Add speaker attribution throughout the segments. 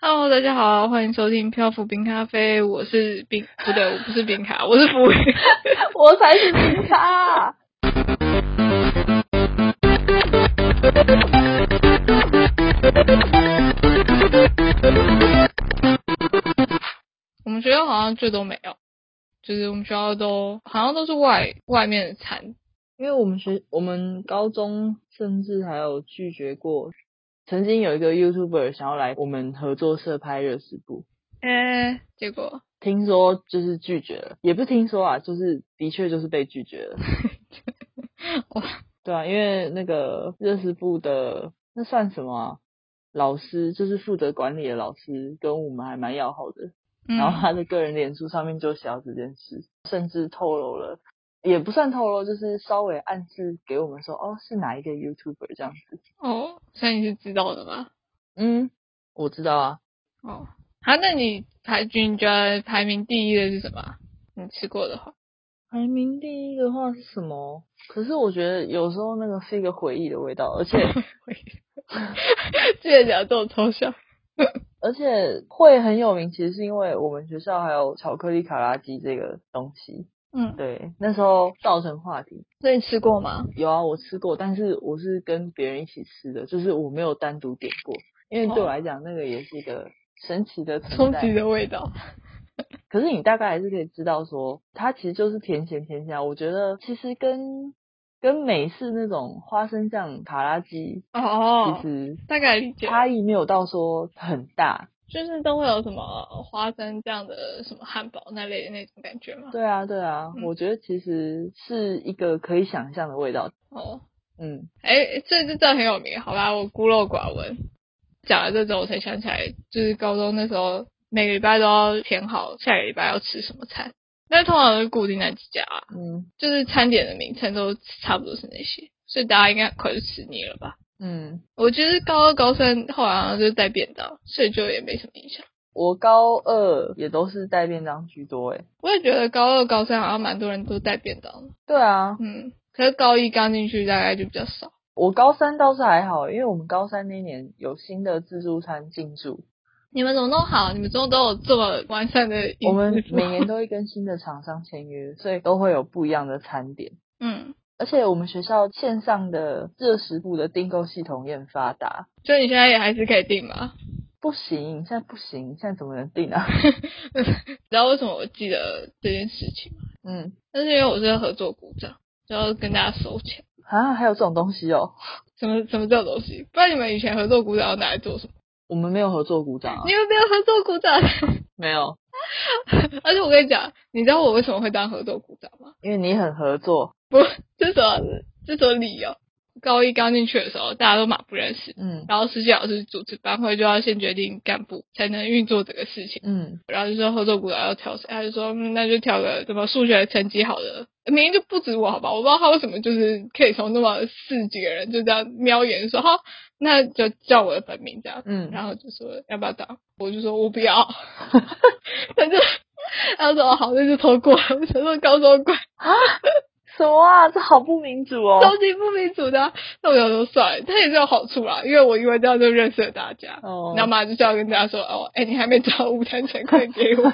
Speaker 1: Hello，大家好，欢迎收听漂浮冰咖啡，我是冰，不对，我不是冰咖，我 是 浮云。
Speaker 2: 我才是警察、
Speaker 1: 我们学校好像最都没有，就是我们学校都好像都是外外面的餐。
Speaker 2: 因为我们学我们高中甚至还有拒绝过，曾经有一个 YouTuber 想要来我们合作社拍热食部，呃
Speaker 1: 哎、结果
Speaker 2: 听说就是拒绝了，也不是听说啊，就是的确就是被拒绝 了。
Speaker 1: 哇，
Speaker 2: 对啊，因为那个热食部的那算什么啊、老师就是负责管理的老师，跟我们还蛮要好的。
Speaker 1: 嗯
Speaker 2: 然后他的个人脸书上面就写到这件事，甚至透露了，也不算透露，就是稍微暗示给我们说，哦，是哪一个 YouTuber 这样子。
Speaker 1: 哦，所以你是知道的吧？
Speaker 2: 嗯，我知道啊，
Speaker 1: 哦，啊，那你排你觉得排名第一的是什么啊？你吃过的话，
Speaker 2: 排名第一的话是什么？可是我觉得有时候那个是一个回忆的味道， 而且
Speaker 1: 记得讲这种抽象。
Speaker 2: 而且会很有名，其实是因为我们学校还有巧克力卡拉鸡这个东西，
Speaker 1: 嗯，
Speaker 2: 对，那时候造成话题。
Speaker 1: 那你吃过吗？
Speaker 2: 有啊，我吃过，但是我是跟别人一起吃的，就是我没有单独点过，因为对我来讲，那个也是一个神奇的存
Speaker 1: 冲击
Speaker 2: 在。
Speaker 1: 哦的味道。
Speaker 2: 可是你大概还是可以知道说，它其实就是甜咸甜香。我觉得其实跟跟美式那种花生酱卡拉鸡
Speaker 1: 哦
Speaker 2: 其，实
Speaker 1: 大概理解。
Speaker 2: 差异没有到说很大。
Speaker 1: 就是都会有什么花生这样的什么汉堡那类的那种感觉吗？
Speaker 2: 对啊，对啊，
Speaker 1: 嗯
Speaker 2: 我觉得其实是一个可以想象的味道。
Speaker 1: 哦，
Speaker 2: 嗯，
Speaker 1: 哎，这这这很有名，好吧，我孤陋寡闻。讲了这之后，我才想起来，就是高中那时候每个礼拜都要填好下个礼拜要吃什么餐，那通常都是固定那几家、啊，
Speaker 2: 嗯
Speaker 1: 就是餐点的名称都差不多是那些，所以大家应该很快就吃腻了吧？
Speaker 2: 嗯，
Speaker 1: 我觉得高二、高三后来好像就是带便当，所以就也没什么印象。
Speaker 2: 我高二也都是带便当居多诶、欸
Speaker 1: 我也觉得高二、高三好像蛮多人都带便当的。
Speaker 2: 对啊，
Speaker 1: 嗯，可是高一刚进去大概就比较少。
Speaker 2: 我高三倒是还好，因为我们高三那一年有新的自助餐进驻，
Speaker 1: 你们怎么弄好？你们中都有这么完善的饮食
Speaker 2: 我们
Speaker 1: 吗
Speaker 2: 每年都会跟新的厂商签约，所以都会有不一样的餐点。
Speaker 1: 嗯，
Speaker 2: 而且我们学校线上的热食部的订购系统也很发达，
Speaker 1: 所以你现在也还是可以订吗？
Speaker 2: 不行，现在不行，现在怎么能订啊？
Speaker 1: 你知道为什么我记得这件事情吗？
Speaker 2: 嗯，
Speaker 1: 那是因为我是合作股长，就要跟大家收钱。
Speaker 2: 啊，还有这种东西哦，
Speaker 1: 什么什么这种东西？不然你们以前合作股长要拿来做什么？
Speaker 2: 我们没有合作鼓掌啊
Speaker 1: 你，们没有合作股长，
Speaker 2: 没有，
Speaker 1: 而且我跟你讲，你知道我为什么会当合作股长吗？
Speaker 2: 因为你很合作，
Speaker 1: 这是什么？这是什么理由？高一刚进去的时候，大家都蛮不认识
Speaker 2: 嗯
Speaker 1: 然后实习老师主持班会就要先决定干部才能运作这个事情，
Speaker 2: 嗯，
Speaker 1: 然后就说合作股长要挑谁，他就说、嗯那就挑个什么数学成绩好的，明明就不止我好吧，我不知道他为什么就是可以从那么四几个人就这样瞄一眼说好，那就叫我的本名这样，
Speaker 2: 嗯
Speaker 1: 然后就说要不要当，我就说我不要， 他就他就说哦好那就通过，我想说高中怪
Speaker 2: 什么啊，这好不民主哦，
Speaker 1: 超级不民主的啊，那我想说算了，他也是有好处啊啦，因为我因为这样就认识了大家，
Speaker 2: 哦，
Speaker 1: 然后妈就是要跟大家说，哦，哎、你还没找午餐钱，快给 我。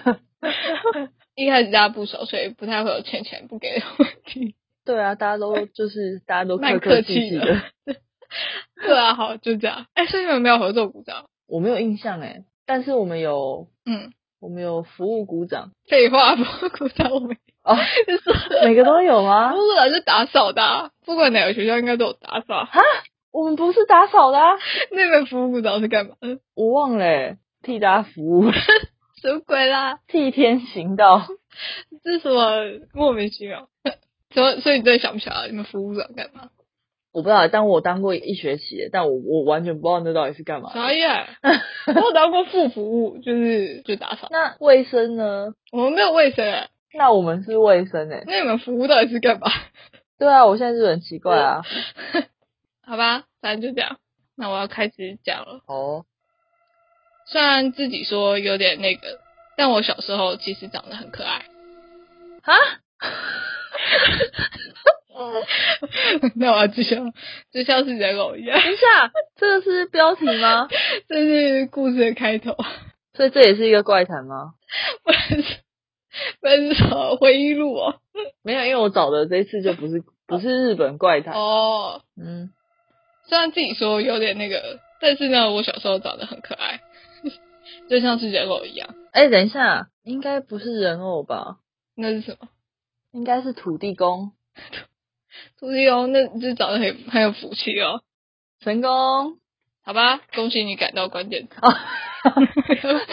Speaker 1: 一开始大家不熟，所以不太会有欠钱不给的问 题。
Speaker 2: 对啊，大家都就是大家都
Speaker 1: 蛮
Speaker 2: 客
Speaker 1: 客
Speaker 2: 客
Speaker 1: 气
Speaker 2: 气气
Speaker 1: 的
Speaker 2: 的，
Speaker 1: 对啊，好，就这样。哎、所以你们没有合作鼓掌？
Speaker 2: 我没有印象哎，但是我们有
Speaker 1: 嗯，
Speaker 2: 我们有服务鼓掌
Speaker 1: 废话，不过鼓掌我们
Speaker 2: 哦，
Speaker 1: 就是
Speaker 2: 每个都有啊
Speaker 1: 服
Speaker 2: 吗？
Speaker 1: 务老师打扫的啊、不管哪个学校应该都有打 扫。
Speaker 2: 我们不是打扫的、啊，
Speaker 1: 那你们服务鼓掌是干嘛？嗯，
Speaker 2: 我忘了欸替大家服务，
Speaker 1: 什么鬼啦？
Speaker 2: 替天行道。
Speaker 1: 这是什么莫名其妙？ 所么？所以你真的想不起来你们服务长干嘛？
Speaker 2: 我不知道，但我当过一学期欸，但我我完全不知道那到底是干嘛的。
Speaker 1: 啥呀？啊我有当过副服务，就是就打扫。
Speaker 2: 那卫生呢？
Speaker 1: 我们没有卫生、欸，
Speaker 2: 那我们是卫生诶、
Speaker 1: 那你们服务到底是干嘛？
Speaker 2: 对啊，我现在是很奇怪啊。
Speaker 1: 好吧，反正就这样。那我要开始讲了。
Speaker 2: 哦，
Speaker 1: 虽然自己说有点那个，但我小时候其实长得很可爱。
Speaker 2: 哈，
Speaker 1: 那我要就像就像是人偶一样，
Speaker 2: 等一下，这个是标题吗？
Speaker 1: 这是故事的开头。
Speaker 2: 所以这也是一个怪谈吗？
Speaker 1: 分分手回忆录哦。
Speaker 2: 没有，因为我找的这次就不是不是日本怪谈。
Speaker 1: 哦，
Speaker 2: 嗯，
Speaker 1: 虽然自己说有点那个，但是呢，我小时候长得很可爱， 就像是人偶一样。
Speaker 2: 哎、等一下，应该不是人偶吧？
Speaker 1: 那是什么？
Speaker 2: 应该是土地公。
Speaker 1: 土地公，哦那就长得很很有福气哦。
Speaker 2: 成功
Speaker 1: 好吧，恭喜你赶到关键字。
Speaker 2: 哦，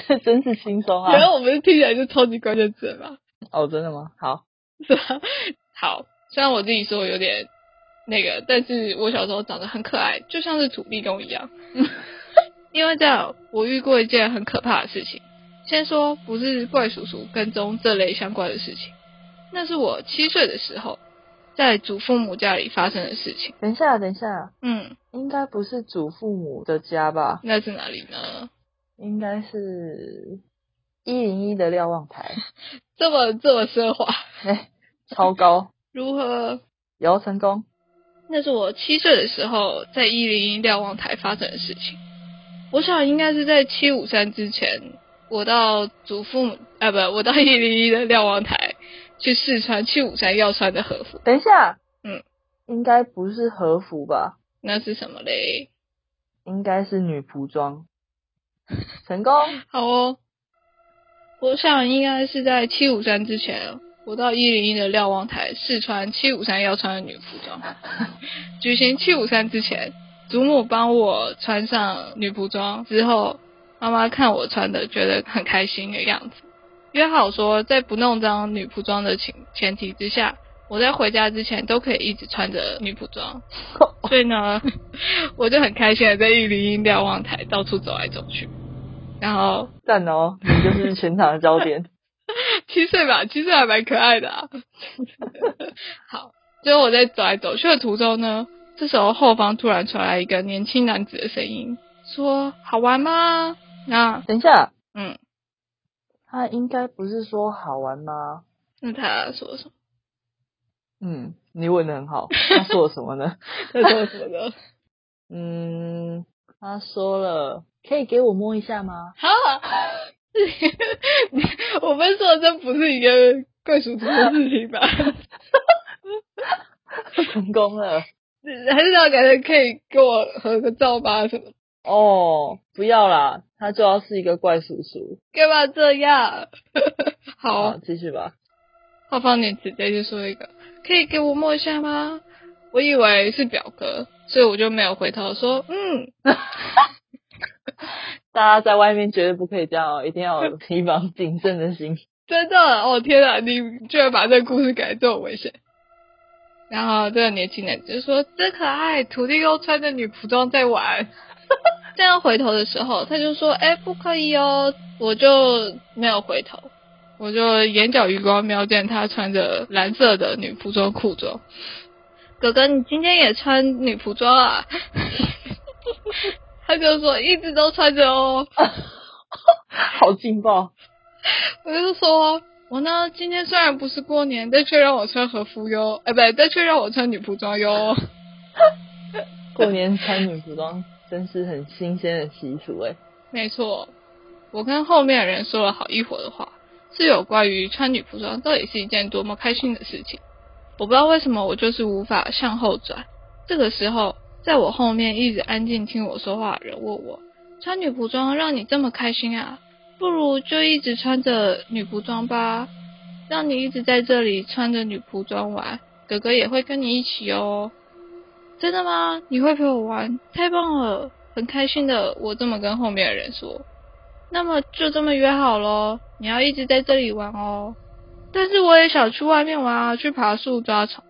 Speaker 2: 这 真是轻松啊！
Speaker 1: 然后我们听起来就超级关键字了吧？
Speaker 2: 哦，真的吗？好，
Speaker 1: 是吧？好，虽然我自己说有点那个，但是我小时候长得很可爱，就像是土地公一样。因为这样，我遇过一件很可怕的事情。先说不是怪叔叔跟踪这类相关的事情，那是我七岁的时候在祖父母家里发生的事情。
Speaker 2: 等一下，等一下，
Speaker 1: 嗯，
Speaker 2: 应该不是祖父母的家吧？
Speaker 1: 那是哪里呢？
Speaker 2: 应该是一零一的瞭望台，
Speaker 1: 这么这么奢华，
Speaker 2: 超高，
Speaker 1: 如何
Speaker 2: 有成功。
Speaker 1: 那是我七岁的时候在一零一瞭望台发生的事情。我想应该是在七五三之前，我到祖父母啊不，我到一零一的瞭望台去试穿七五三要穿的和服。
Speaker 2: 等一下，
Speaker 1: 嗯，
Speaker 2: 应该不是和服吧？
Speaker 1: 那是什么嘞？
Speaker 2: 应该是女仆装。成功，
Speaker 1: 好哦，我想应该是在七五三之前，我到一零一的瞭望台试穿七五三要穿的女服装。举行七五三之前，祖母帮我穿上女仆装之后，妈妈看我穿的，觉得很开心的样子，约好说在不弄脏女仆装的前前提之下，我在回家之前都可以一直穿着女仆装。所以呢， 我就很开心的在玉林瞭望台到处走来走去，然后
Speaker 2: 赞哦，你就是全场的焦点。
Speaker 1: 七岁吧，七岁还蛮可爱的、 啊。好，结果我在走来走去的途中呢，这时候后方突然传来一个年轻男子的声音，说：“好玩吗？”那
Speaker 2: 等一下，
Speaker 1: 嗯，
Speaker 2: 他应该不是说好玩吗？
Speaker 1: 那他说什么？
Speaker 2: 嗯，你问的很 好。他说了什么呢？
Speaker 1: 他说什么呢？
Speaker 2: 嗯，他说了，可以给我摸一下 吗？
Speaker 1: 好，啊 我们说的这不是一个贵属族的事情吧？
Speaker 2: 成功了。
Speaker 1: 还 是让感觉可以跟我合个照吧？什么？
Speaker 2: 哦，不要啦，他就要是一个怪叔叔。
Speaker 1: 干嘛这样？ 好，啊
Speaker 2: 好，继续吧。
Speaker 1: 后方女子接着说一个，可以给我摸一下吗？我以为是表哥，所以我就没有回头说，嗯，
Speaker 2: 大家在外面绝对不可以这样哦，一定要有提防谨慎的心。
Speaker 1: 真的，哦天哪，你居然把这个故事改得这么危险。然后这个年轻人就说：“真可爱，土地公穿着女仆装在玩。” 正要回头的时候，他就说：“哎、不可以哦！”我就没有回头，我就眼角余光瞄见他穿着蓝色的女仆装裤装。哥哥，你今天也穿女仆装啊？ 他就说：“一直都穿着哦。”
Speaker 2: 好劲爆！
Speaker 1: 我就说，我呢今天虽然不是过年，但却让我穿和服哟，哎、不对，但却让我穿女仆装哟。
Speaker 2: 过年穿女服装真是很新鲜的习俗哎。
Speaker 1: 没错，我跟后面的人说了好一会儿的话，是有关于穿女仆装到底是一件多么开心的事情。我不知道为什么我就是无法向后转。这个时候，在我后面一直安静听我说话的人问我：“穿女仆装让你这么开心啊？不如就一直穿着女仆装吧，让你一直在这里穿着女仆装玩，哥哥也会跟你一起哦。”真的吗？你会陪我玩？太棒了，很开心的。我这么跟后面的人说。那么就这么约好咯，你要一直在这里玩哦。但是我也想去外面玩啊，去爬树、抓虫。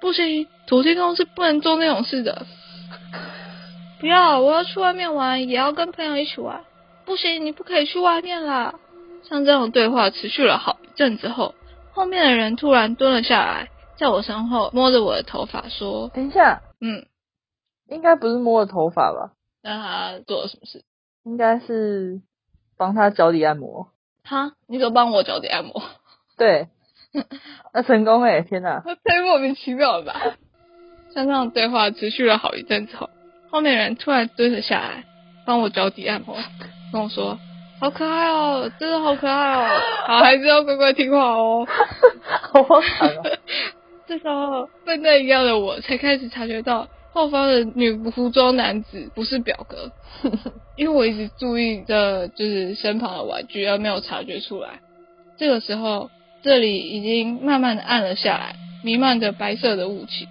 Speaker 1: 不行，土地公是不能做那种事的。 不要，我要去外面玩，也要跟朋友一起玩。不行，你不可以去外面啦。像这种对话持续了好一阵子后，后面的人突然蹲了下来，在我身后摸着我的头发说：“
Speaker 2: 等一下，
Speaker 1: 嗯，
Speaker 2: 应该不是摸了头发吧？
Speaker 1: 那他做了什么事？
Speaker 2: 应该是帮他脚底按摩。
Speaker 1: 他，你怎么帮我脚底按摩？
Speaker 2: 对，那成功哎、天哪！
Speaker 1: 太莫名其妙了吧？像这样对话持续了好一阵子后，后面人突然蹲了下来，帮我脚底按摩，跟我说：“好可爱哦，真的好可爱哦，好孩子要乖乖听话哦。”
Speaker 2: 好荒唐哦！
Speaker 1: 这时候笨蛋一样的我才开始察觉到后方的女服装男子不是表 哥，因为我一直注意着就是身旁的玩具，而没有察觉出来。这个时候，这里已经慢慢的暗了下来，弥漫着白色的雾气，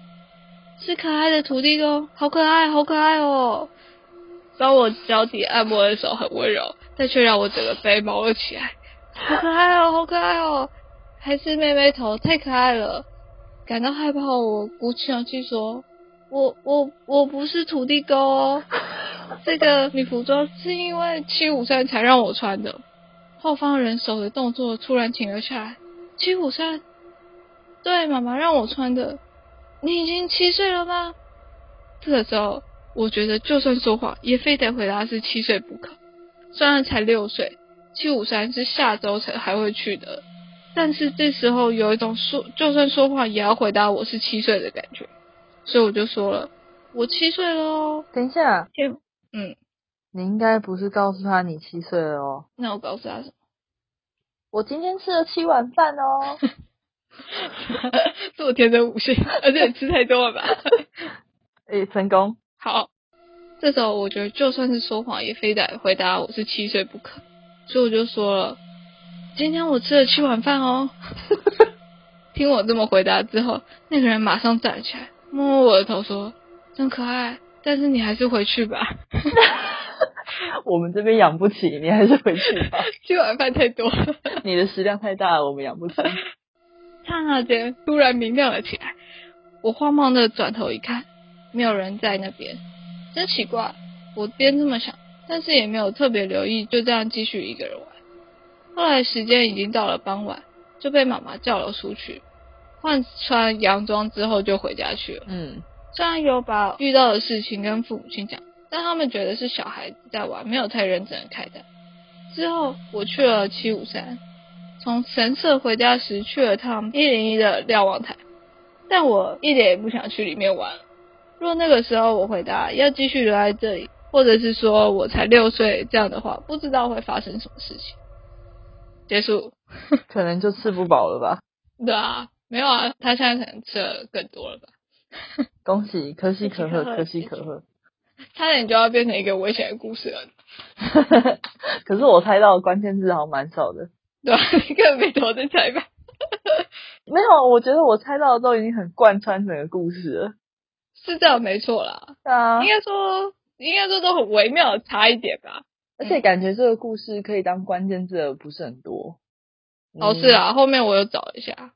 Speaker 1: 是可爱的土地公，好可爱，好可爱哦！帮我脚底按摩的手很温柔，但却让我整个背毛了起来， 好可爱哦，好可爱哦！还是妹妹头太可爱了，感到害怕，我鼓起勇气说：“我我我不是土地公哦，这个女服装是因为七五三才让我穿的。”后方人手的动作突然停了下来，七五三，对，妈妈让我穿的。你已经七岁了吗？这个时候，我觉得就算说谎，也非得回答是七岁不可。虽然才六岁，七五三是下周才还会去的，但是这时候有一种说就算说谎也要回答我是七岁的感觉，所以我就说了，我七岁了哦。
Speaker 2: 等一下，
Speaker 1: 天，嗯，
Speaker 2: 你应该不是告诉他你七岁了哦。
Speaker 1: 那我告诉他什
Speaker 2: 我今天吃了七碗饭哦。
Speaker 1: 么？这么天真无邪，而且吃太多了吧？
Speaker 2: 诶、成功。
Speaker 1: 好，这时候我觉得就算是说谎，也非得回答我是七岁不可，所以我就说了，今天我吃了七碗饭哦。 听我这么回答之后，那个人马上站起来，摸摸我的头说：“真可爱，但是你还是回去吧，
Speaker 2: 我们这边养不起，你还是回去吧。
Speaker 1: 七碗饭太多了。”
Speaker 2: 你的食量太大了，我们养不起。
Speaker 1: 刹那间突然明亮了起来。我慌忙的转头一看，没有人在那边，真奇怪。我边这么想，但是也没有特别留意，就这样继续一个人玩。后来时间已经到了傍晚，就被妈妈叫了出去，换穿洋装之后就回家去了。
Speaker 2: 嗯，
Speaker 1: 虽然有把遇到的事情跟父母亲讲，但他们觉得是小孩子在玩，没有太认真的看待。之后我去了七五三，从神社回家时去了趟一零一的瞭望台，但我一点也不想去里面玩。若那个时候我回答要继续留在这里，或者是说我才六岁这样的话，不知道会发生什么事情。结束。
Speaker 2: 可能就吃不饱了吧。
Speaker 1: 对啊，没有啊，他现在可能吃的更多了吧。
Speaker 2: 恭喜，可喜可贺，可
Speaker 1: 可喜
Speaker 2: 喜
Speaker 1: 可
Speaker 2: 可贺。
Speaker 1: 差点就要变成一个危险的故事了，
Speaker 2: 可是我猜到的关键字好像蛮少的。
Speaker 1: 对吧、 你根本没头在猜吧？
Speaker 2: 没有，我觉得我猜到的都已经很贯穿整个故事了。
Speaker 1: 是这样没错啦，
Speaker 2: 对啊
Speaker 1: 应，该说应该说都很微妙的差一点吧。
Speaker 2: 而
Speaker 1: 嗯
Speaker 2: 且感觉这个故事可以当关键字的不是很多。
Speaker 1: 哦，
Speaker 2: 嗯
Speaker 1: 是，啊，后面我有找一下，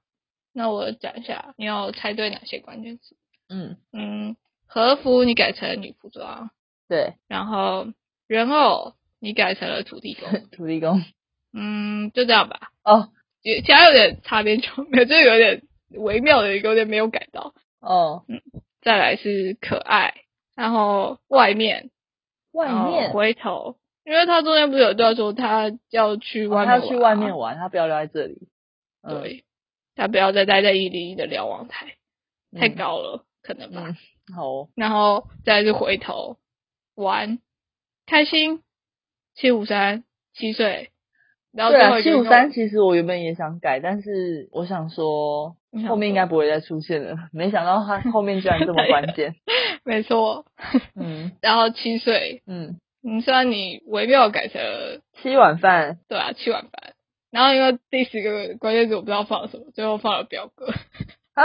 Speaker 1: 那我讲一下你要猜对哪些关键词。
Speaker 2: 嗯，
Speaker 1: 嗯，和服你改成了女服装，
Speaker 2: 对，
Speaker 1: 然后人偶你改成了土地 公，
Speaker 2: 土地公。嗯
Speaker 1: 嗯，就这样吧。
Speaker 2: 哦
Speaker 1: 也其他有点擦边球， 没有，就是有点微妙的，有点没有改到。
Speaker 2: 哦，
Speaker 1: 嗯再来是可爱，然后外面
Speaker 2: 外
Speaker 1: 然后
Speaker 2: 面，
Speaker 1: 哦回头，因为他中间不是有一段说他要去外
Speaker 2: 哦
Speaker 1: 面、啊
Speaker 2: 他要去外面，玩，他不要留在这里。嗯，
Speaker 1: 对，他不要再待在一零一的瞭望台，
Speaker 2: 嗯
Speaker 1: 太。高了，可能吧。
Speaker 2: 嗯，好哦。
Speaker 1: 然后再来是回头玩，开心，七五三七岁，然后
Speaker 2: 对
Speaker 1: 最
Speaker 2: 啊，
Speaker 1: 后
Speaker 2: 七五三，其实我原本也想改，但是我想说
Speaker 1: 你想啊
Speaker 2: 后面应该不会再出现了。没想到它后面居然这 么关键。
Speaker 1: 没错，
Speaker 2: 嗯
Speaker 1: 然后七岁，
Speaker 2: 嗯，
Speaker 1: 嗯，虽然你微妙改成了
Speaker 2: 七碗饭
Speaker 1: 对啊七晚班，然后因为第十个关键字我不知道放什么，最后放了表哥。，
Speaker 2: 啊，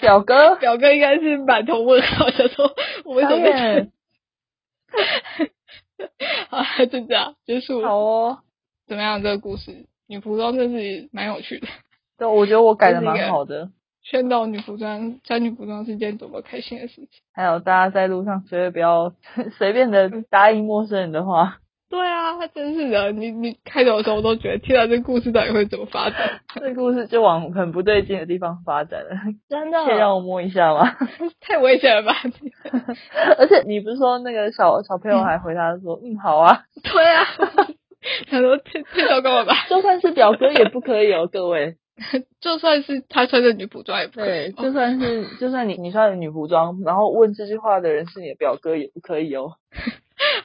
Speaker 2: 表哥
Speaker 1: 表哥应该是满头问号，想说我为什么
Speaker 2: 导
Speaker 1: 被称
Speaker 2: 演，
Speaker 1: 啊？就这样结束。
Speaker 2: 好哦。
Speaker 1: 怎么样？这个故事，女服装真是蛮有趣的，
Speaker 2: 对，我觉得我改的
Speaker 1: 这是一个
Speaker 2: 蛮好的。
Speaker 1: 宣导女服装穿女服装是件多么开心的事情。
Speaker 2: 还有大家在路上随便不要 随便的答应陌生人的话，
Speaker 1: 对啊，他真是的，你你开头的时候我都觉得，天啊，这故事到底会怎么发展？
Speaker 2: 这故事就往很不对劲的地方发展了。
Speaker 1: 真
Speaker 2: 可以让我摸一下吗？
Speaker 1: 太危险了吧？
Speaker 2: 而且你不是说那个小小朋友还回答说，嗯，好啊，
Speaker 1: 对啊，想说太太糟糕了吧？
Speaker 2: 就算是表哥也不可以哦，各位。
Speaker 1: 就算是他穿着女仆装也不可以
Speaker 2: 对，
Speaker 1: 哦。
Speaker 2: 就算是就算你你穿了女仆装，然后问这句话的人是你的表哥也不可以哦，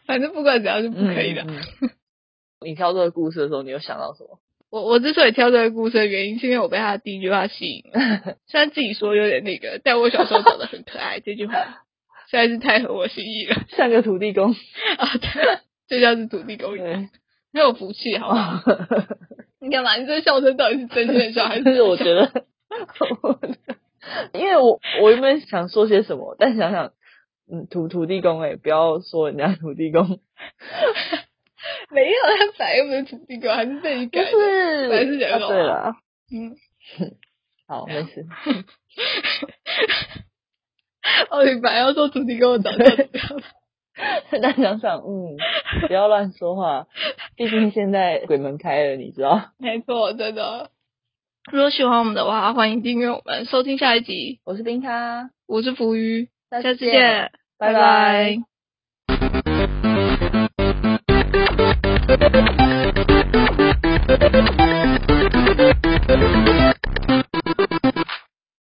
Speaker 1: 反正不管怎样是不可以的。
Speaker 2: 嗯。嗯 嗯你挑这个故事的时候，你有想到什么？
Speaker 1: 我我之所以挑这个故事的原因，是因为我被他的第一句话吸引了。 虽然自己说有点那个，但我小时候长得很可爱，这句话实在是太合我心意了
Speaker 2: 像个土地公，
Speaker 1: 啊！对，这叫是土地公爷，
Speaker 2: 对， 啊
Speaker 1: 很有福气，好吧？你干嘛？你这笑声到底是真心的笑还是假的
Speaker 2: 但 是
Speaker 1: 笑？
Speaker 2: 我觉 得，因为我我原本想说些什么，但想想，嗯，土土地公哎、不要说人家土地公，
Speaker 1: 没有，他本来又不是土地公，还是这一
Speaker 2: 就
Speaker 1: 改的。本来
Speaker 2: 是
Speaker 1: 是人偶啊
Speaker 2: 啊对了，
Speaker 1: 嗯，
Speaker 2: 好没事，
Speaker 1: 哦，你本来要说土地公的长相怎么样？
Speaker 2: 但想想嗯，不要乱说话，毕竟现在鬼门开了，你知道，
Speaker 1: 没错，真的。如果喜欢我们的话，欢迎订阅我们，收听下一集。
Speaker 2: 我是冰咖，
Speaker 1: 我是浮鱼，
Speaker 2: 下
Speaker 1: 下次见。
Speaker 2: 拜
Speaker 1: 拜拜
Speaker 2: 拜